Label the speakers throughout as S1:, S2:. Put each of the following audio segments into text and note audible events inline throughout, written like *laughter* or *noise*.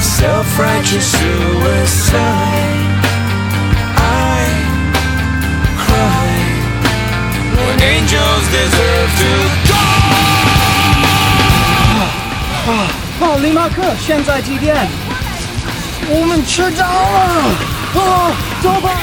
S1: self-righteous suicide. I cry when angels deserve to die.
S2: 哦，星巴克现在几点？我们迟到了。哦，走吧。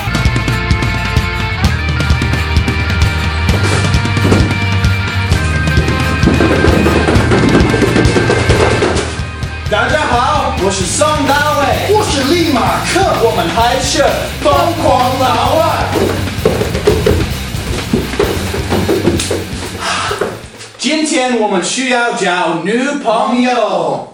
S3: 大家好，我是宋大卫，我是利马克，我们还是疯狂老外。今天我们需要交女朋友，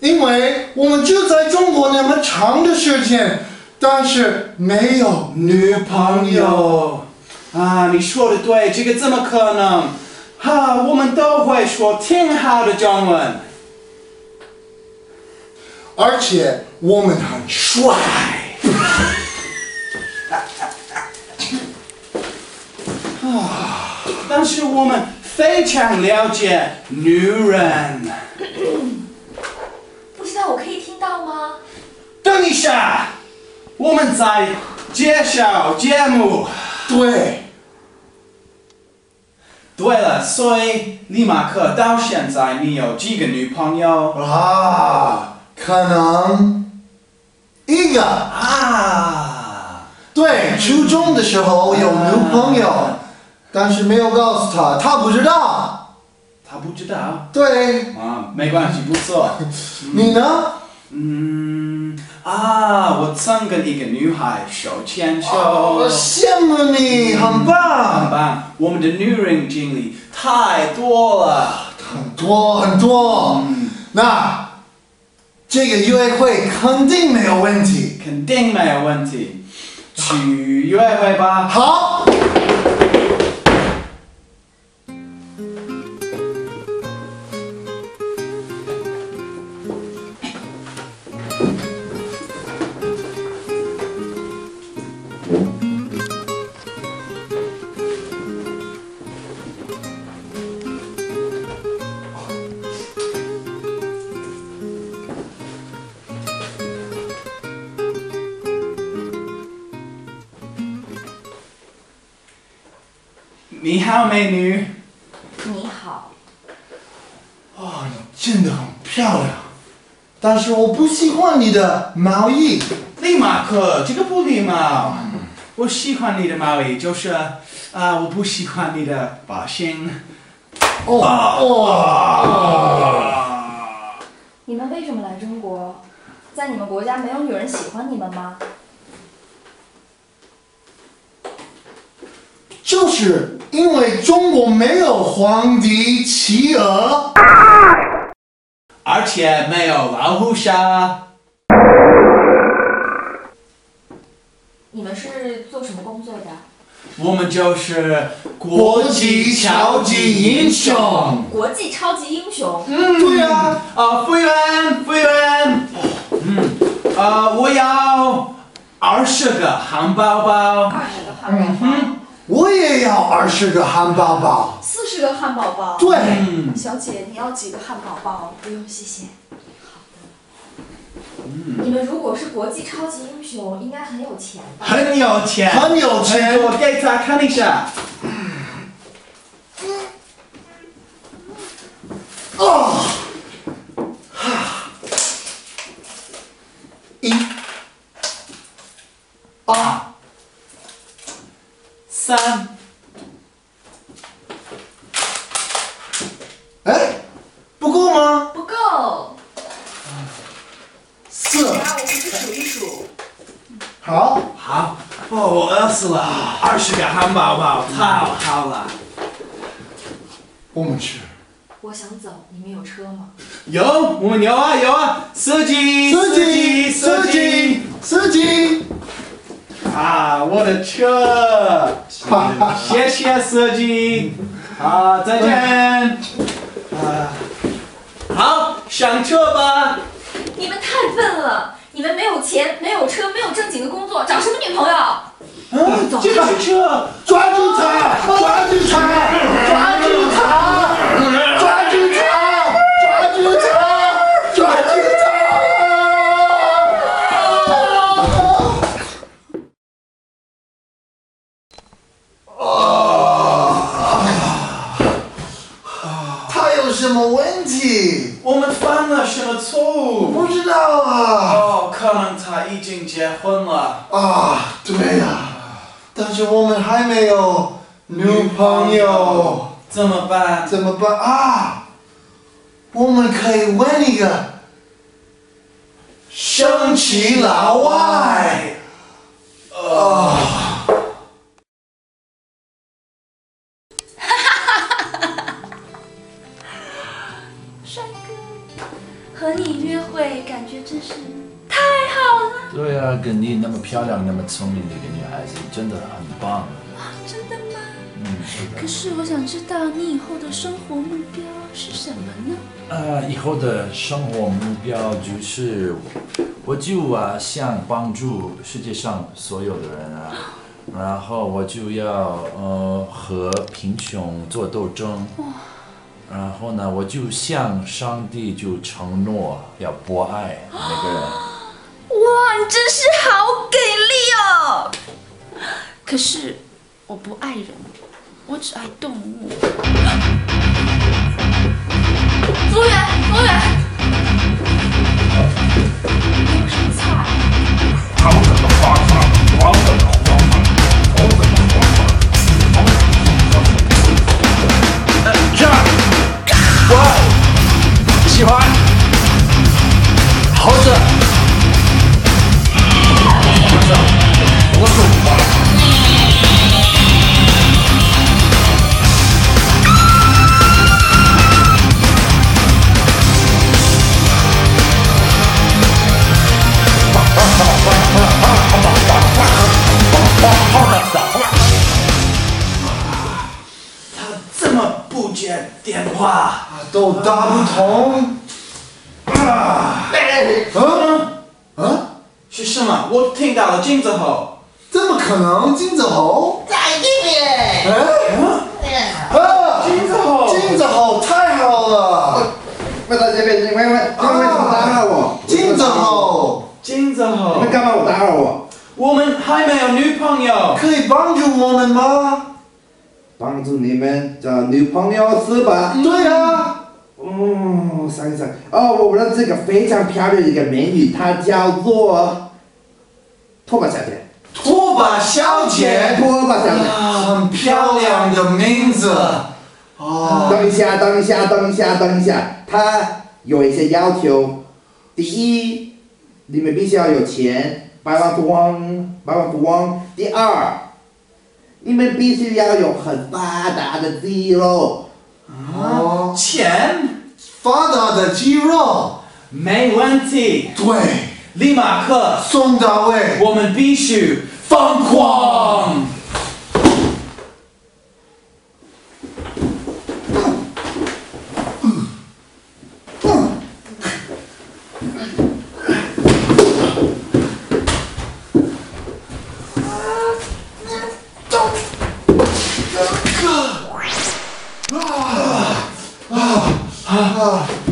S4: 因为我们就在中国那么长的时间，但是没有
S3: 女朋友啊！你说的对，这个怎么可能？哈、我们都会说挺好的中文，
S4: 而且我们很帅。
S3: 帅。啊！但是我们非常了解女人。
S5: 不知道我可以听到吗？
S3: 等一下，我们在介绍节目。
S4: 对，
S3: 对了，所以李马克到现在你有几个女朋友
S4: 啊，可能一个
S3: 啊？
S4: 对，初中的时候有女朋友，但是没有告诉他，他不知道。
S3: 他不知道
S4: 对，
S3: 啊，没关系，不错。 *laughs*
S4: 你呢？
S3: 嗯啊，我曾跟一个女孩手牵手。
S4: 我羡慕你，很
S3: 很
S4: 棒，
S3: 棒，我们的女人经历太多了。
S4: 很多很多。那这个约会肯定没有问题。
S3: 肯定没有问题。去约会吧。
S4: 好。
S3: 你好，美女。
S5: 你好，
S4: 哦，你真的很漂亮，但是我不喜欢你的毛衣。
S3: 立马克，这个不礼貌。我喜欢你的毛衣，就是啊、我不喜欢你的发型。
S4: 哦哦，
S3: 啊，
S5: 你们为什么来中国？在你们国家没有女人喜欢你们吗？
S4: 就是因为中国没有皇帝企鹅，
S3: 而且没有老虎鲨。
S5: 你们是做什么工作的？
S3: 我们就是国际超级英雄。
S6: 哦
S5: 国际超级英雄。
S3: 对呀、啊，服务员，服务员，嗯，呃，我要二十个汉堡包，
S5: 二十个汉
S6: 嗯
S5: 堡包，
S4: 我也要二十个汉堡包。
S5: 四十个汉堡包。
S4: 对，
S6: 小姐，你要几个汉堡包？不用，谢谢。嗯
S5: 你们如果是国际超级英雄，应该很有钱吧？
S3: 很有钱，
S4: 很有钱
S3: 很多给他看一下，
S4: 哦，一，
S3: 八，三，
S4: 哎，不够吗？
S5: 不够。
S4: 四，
S6: 来，嗯啊我们去数一数。
S4: 好，
S3: 好，哦，我饿死了，二十个汉堡包，太好了，
S4: 我们吃。
S5: 我想走，你们有车吗？
S3: 有，我们有啊有啊，司机，
S4: 司机，
S3: 司
S4: 司
S3: 机
S4: 机，，司机。
S3: 啊，我的车，
S4: 哈哈哈
S3: 谢谢司机，啊，再见，啊，好，上车吧。
S5: 你们太笨了！你们没有钱，没有车，没有正经的工作，找什么女朋友？
S3: 啊，这个是车，
S4: 抓住他！抓住他！抓住他！抓住他！抓住他！抓住他！
S3: 犯了什么错
S4: 我
S3: 误？
S4: 不知道啊
S3: 哦，可能他已经结婚了。
S4: 啊，对呀、但是我们还没有女朋友，
S3: 怎么办？
S4: 怎么办啊？我们可以问一个
S3: 升
S4: 升旗老外。
S6: 帅哥，和你约会感觉真是太好了，
S7: 对呀、啊，跟你那么漂亮、那么聪明的一个女孩子，真的很棒。
S6: 真的吗？
S7: 嗯，是的
S6: 可是我想知道你以后的生活目标是什么呢？
S7: 呃，以后的生活目标就是，我就啊想帮助世界上所有的人啊，然后我就要呃和贫穷做斗争，然后呢，我就向上帝就承诺要博爱每个人。
S6: 哇，你真是好给力哦！可是我不爱人，我只爱动物。
S5: 服务员，服务员，
S7: 喜欢猴子，
S3: 他怎么不接电话？
S4: 都打不通。啊啊啊！
S3: 是什么？我听到了金子后。
S4: 怎么可能？金子猴？再见面。啊啊！
S3: 金子猴
S4: 金子猴太好了！
S8: 问到这边，你问问，你们为什么打扰我？
S4: 金子，猴
S3: 金子后
S8: 你们，干嘛我打扰我？
S3: 我们还没有女朋友。
S4: 可以帮助我们吗？
S8: 帮助你们找女朋友是吧？
S4: 对呀，
S8: 哦，想一想，哦，我认识一个非常漂亮的一个美女，她叫做拖把小姐。
S4: 拖把小姐，
S8: 拖把小姐。
S4: 很漂亮的名字。哦，
S8: 等一下，等一下，等一下，等一下，他有一些要求。第一，你们必须要有钱，百万富翁，百万富翁。第二，你们必须要有很发达的肌肉。
S4: 哦，
S3: 钱
S4: 发达的肌肉，
S3: 没问题。
S4: 对，
S3: 李马克，
S4: 宋大卫，
S3: 我们必须疯狂。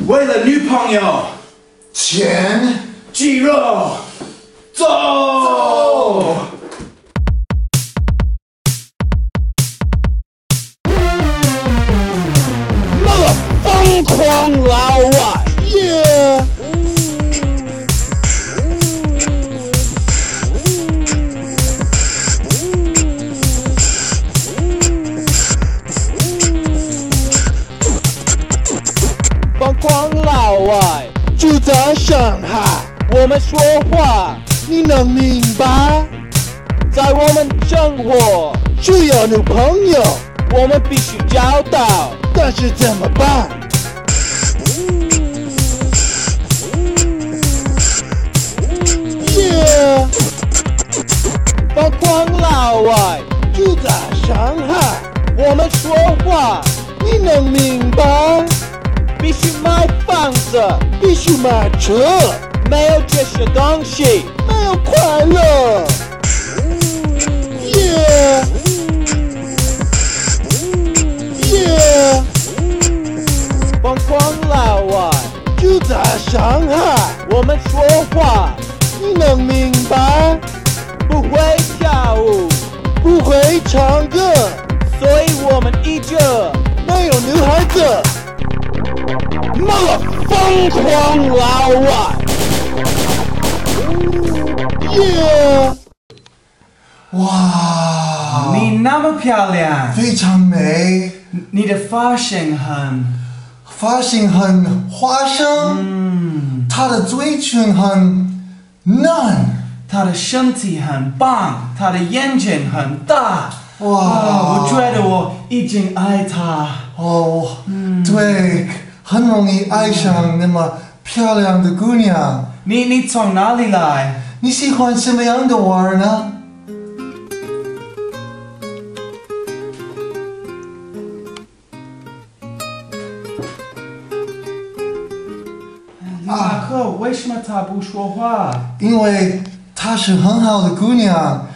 S3: 为了女朋友，
S4: 钱，
S3: 肌肉，走。
S2: 疯狂老外住在上海，我们说话你能明白？在我们生活需要女朋友，我们必须找到，但是怎么办？Yeah，疯狂老外住在上海，我们说话你能明白？必须买房子，必须买车，没有这些东西，没有快乐。Yeah. Yeah. 疯狂老外就在上海，我们说话你能明白？不会跳舞，不会唱歌，所以我们一直没有女孩子。妈的，疯狂老外！耶！
S4: 哇，
S3: 你那么漂亮，
S4: 非常美，
S3: 你的发型很……
S4: 发型很花生，
S3: 嗯，
S4: 她的嘴唇很嫩，
S3: 她的身体很棒，她的眼睛很大。
S4: 哇
S3: 啊我觉得我已经爱她。
S4: 哦，对，很容易爱上那么漂亮的姑娘。
S3: 你你从哪里来？
S4: 你喜欢什么样的玩呢？
S3: 马克，为什么他不说话？
S4: 因为她是很好的姑娘，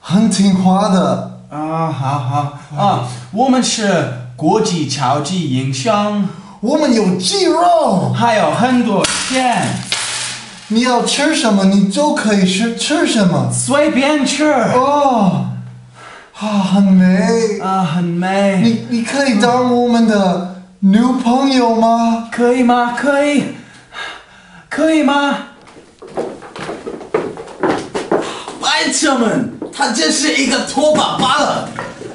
S4: 很听话的。
S3: 啊，好好啊，我们是国际超级英雄，
S4: 我们有肌肉，
S3: 还有很多钱，
S4: 你要吃什么，你就可以吃吃什么。
S3: 随便吃。
S4: 哦，啊，很美。
S3: 啊，很美，
S4: 你你可以当我们的女朋友吗？
S3: 可以吗？可以，可以吗？
S7: 白痴们，他真是一个拖把把了。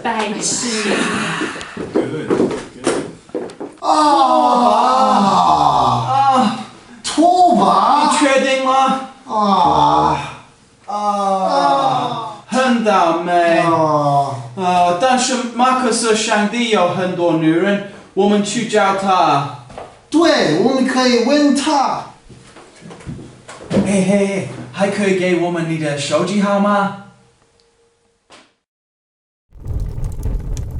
S5: 白痴，
S4: 啊，
S3: 啊，
S4: 拖
S3: 你
S4: 把
S3: 确定吗？
S4: 啊
S3: 啊，很倒霉。
S4: 啊！
S3: 呃，但是马克思上帝有很多女人，我们去找他。
S4: 对，我们可以问他。
S3: 嘿嘿嘿，还可以给我们你的手机号码？
S5: 热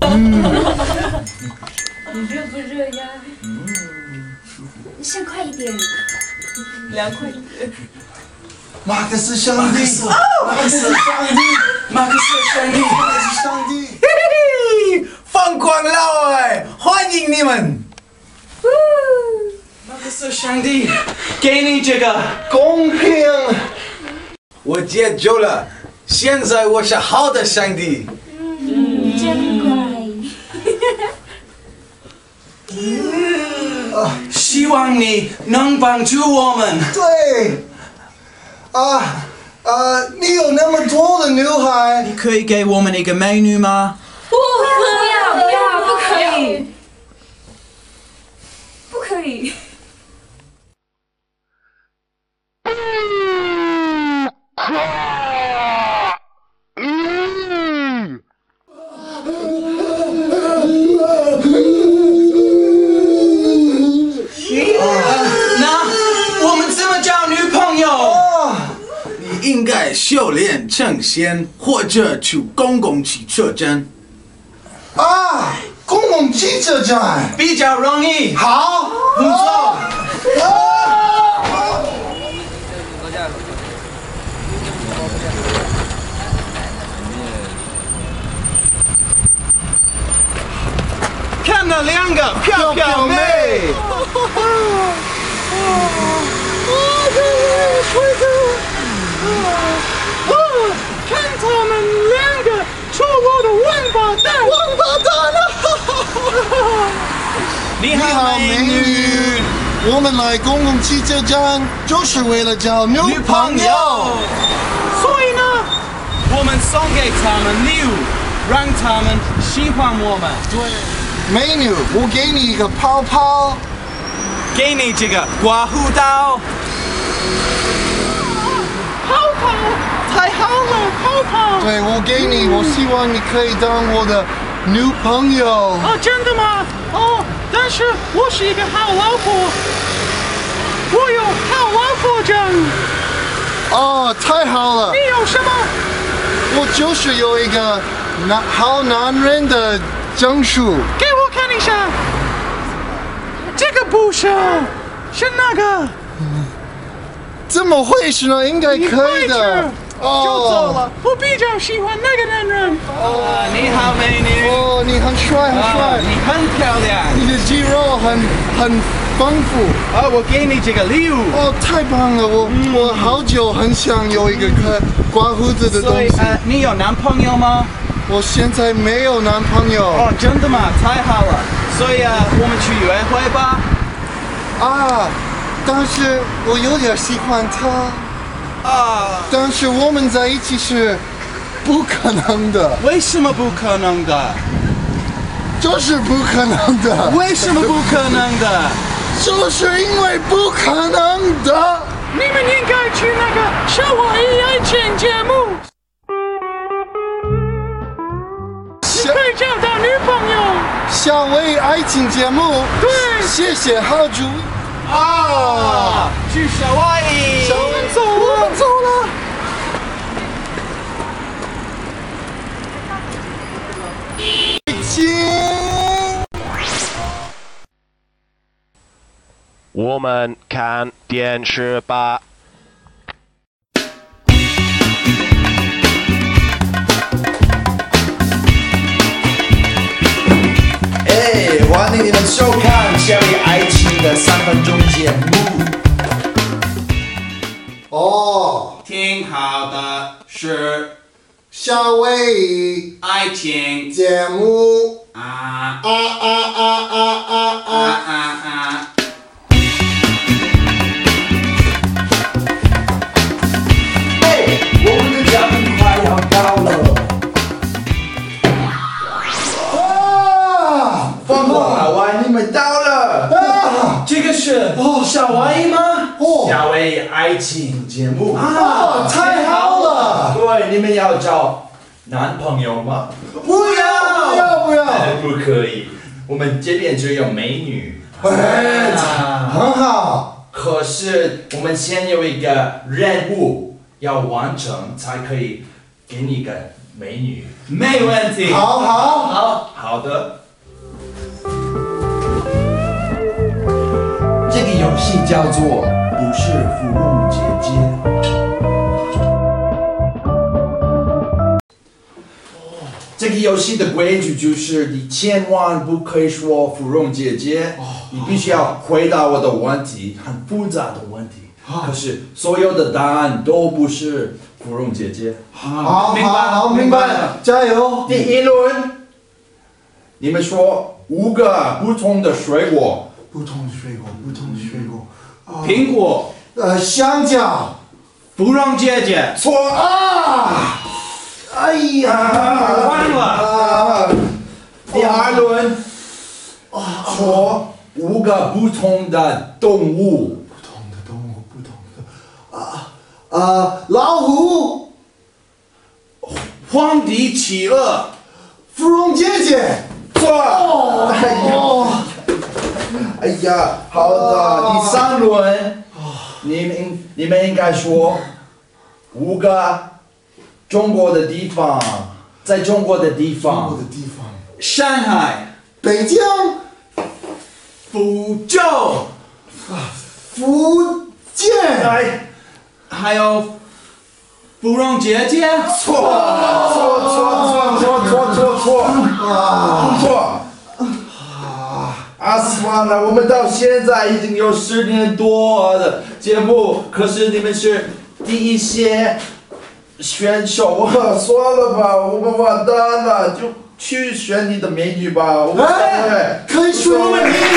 S5: 嗯不热嗯呀？上快一点，凉快一点。
S4: 马克思上帝，马克思上帝，
S7: 马克思上帝，
S4: 马克思上帝。
S7: 嘿嘿嘿放狂老
S3: 哎
S7: 外，欢迎你们！
S3: 马克思上帝，给你这个。
S4: 公平，
S7: 我解救了，现在我是好的上帝。
S3: 啊希望你能帮助我们。
S4: 对，啊啊，你有那么多的女孩，
S3: 可以给我们一个美女吗？
S5: 不不要不要，不可以，不可以。
S3: 那我们怎么交女朋友？
S7: 你应该修炼成仙，或者去公共汽车站。
S4: 啊，公共汽车站。
S3: 比较容易。
S4: 好，
S3: 不错。看到两个漂漂妹，哎啊啊你
S4: 你
S3: 好美
S4: 好，啊美
S3: 女，
S4: 女。我们来公共汽车站就是为了交女
S3: 女
S4: 朋
S3: 朋友
S4: 友。。
S3: 所以呢，我们送给他们礼物，让他们喜欢我们。
S4: 美女，我给你一个泡泡。
S3: 给你这个刮胡刀。泡泡，太好了，泡泡。
S4: 对，我给你，我希望你可以当我的女朋友。
S3: 哦，真的吗？哦，但是我是一个好老婆，我有好老婆证。
S4: 哦，太好了，
S3: 你有什么？
S4: 我就是有一个男好男人的证书。
S3: 给我看一下。这个不是，是那个。
S4: 怎么回事呢？应该可以
S3: 你快
S4: 的
S3: 去。
S4: 哦，
S3: 我比较喜欢那个男人。哦，你好，美女。
S4: 哦，你很帅，很
S3: 啊
S4: 帅，
S3: 你很漂亮。
S4: 你的肌肉很很丰富。
S3: 啊，我给你这个礼物。
S4: 哦，太棒了！我、
S3: 嗯
S4: 我好久很想有一个可刮胡子的东
S3: 所以哎啊
S4: 西。
S3: 呃，你有男朋友吗？
S4: 我现在没有男朋友。
S3: 哦，真的吗？太好了，所以啊，我们去约会吧。
S4: 啊，但是我有点喜欢他。
S3: 啊，
S4: 但是我们在一起是不可能的，
S3: 为什么不可能的？
S4: 就是不可能的。
S3: 为什么不可能的？
S4: 就是因为不可能的。
S2: 你们应该去那个《小我一爱情》节目，你
S4: 小
S2: 可以找到女朋友。
S4: 小薇爱情节目，
S2: 对
S4: 谢谢好主意。
S3: 啊，去夏威夷。
S2: 我们走，我们走了。
S9: 我们看电视吧。
S7: 哎，欢迎你们收看《教育爱情的三分钟节目》。
S4: 哦，
S3: 挺好的，是
S4: 夏威夷
S3: 爱情
S4: 节目
S3: 啊
S4: 啊啊啊啊啊
S3: 啊
S4: 啊！
S3: 啊啊！
S7: 嘿，我们的奖品快要到了。
S4: 啊！
S10: 凤凰老外，你们到了。
S4: 啊！
S7: 这个是哦，夏威夷吗？
S4: 哦
S7: 夏威夷爱情节目
S4: 啊太好了
S7: 对，你们要找男朋友吗？哎
S4: 不要不要不要！
S7: 不可以，我们这边只有美女。
S4: 哎，
S7: 啊，
S4: 很好。
S7: 可是我们先有一个任务要完成，才可以给你一个美女。
S3: 没问题。
S4: 好好，
S3: 好，
S7: 好的。这个游戏叫做“不是芙蓉姐姐”。这个游戏的规矩就是，你千万不可以说“芙蓉姐姐”，你必须要回答我的问题，很复杂的问题。可是所有的答案都不是“芙蓉姐姐”。
S4: 好
S3: 明白了
S4: 好好，明白了，加油！
S7: 第一轮，你们说五个不同的水果，
S4: 不同水果，不同水
S7: 哦
S4: 果。啊
S3: 苹果，
S4: 呃，香蕉。
S3: 芙蓉姐姐，
S7: 错
S4: 啊！哎呀！
S3: 忘了。
S7: 啊！第二轮，说五个不同的动物，
S4: 不同的动物，不同的啊啊！老虎，
S3: 皇帝企鹅，
S4: 芙蓉姐姐。
S7: 错。
S4: 哦，
S10: 哎呀，
S7: 好的，第三轮，你们你们应该说五个中国的地方，在中国的地
S4: 我
S7: 方
S4: 的，地方，
S3: 上海，
S4: 北京，
S3: 福州，
S4: 福建。
S7: 哎，
S3: 还有芙蓉姐姐。
S7: 错错错错错错错。
S4: 啊！
S7: 不错。啊，算了，我们到现在已经有十年多的节目，可是你们是第一些选手，
S8: *laughs*
S7: 算了吧，我们完蛋了，就去选你的美女吧，无所
S8: 啊
S7: 谓
S4: 哎，。可以说我们美女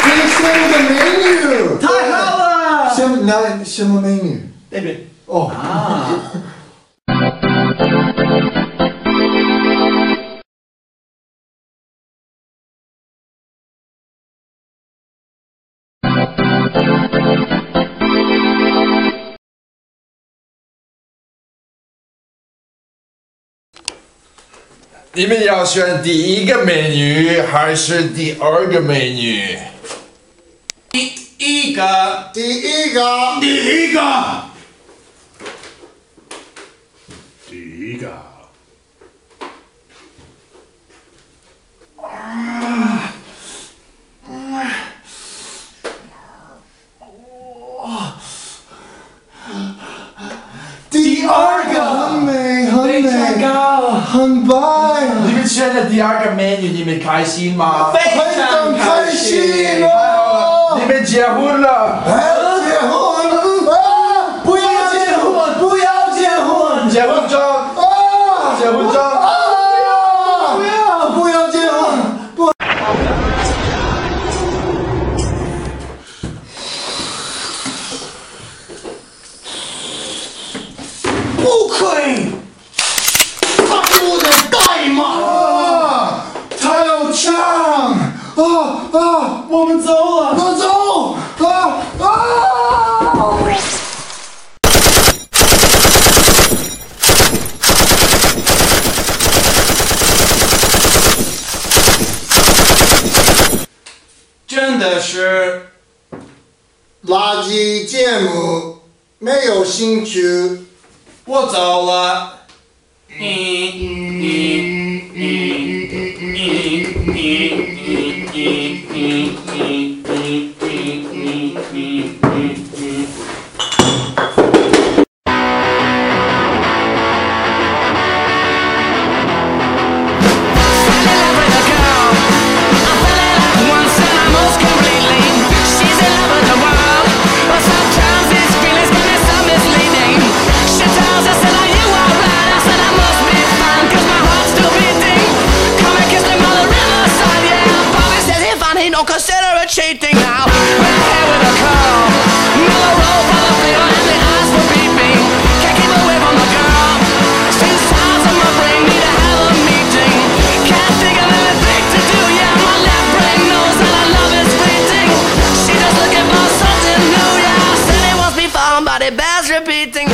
S4: 可以说我的美女。
S3: 太好了！
S4: 什么？那什么美女？
S7: 那边
S4: 哦，
S9: 你们要选第一个美女还是第二个美女？
S3: 第一个，
S4: 第一个。
S3: 第一个，
S9: 第一个。
S4: 第二个很美，很美，
S7: 高，
S4: 很白，
S7: 你们选了第二个美女，你们开心吗？
S3: 非
S4: 非常
S3: 常开
S4: 开
S3: 心啊
S4: 心。哦！
S7: 你们结婚了。
S4: 哎，结婚！啊！不要结婚！不
S3: 结婚证啊，结婚证啊，
S4: 不要不要结婚，不。不可以，他是我的代码啊！他要枪啊啊！我们走了，我走啊啊！
S3: 真的是
S4: 垃圾节目，没有兴趣。
S3: 我走了。
S1: Cheating now, my hair with a curl, mellow roll by the field, and the eyes were beeping. Can't keep away from the girl. She's size of my brain, need to have a meeting. Can't think of anything to do, yeah. My left brain knows that I love is fleeting. She just looking for something new, yeah. Said it was before, but it bears repeating.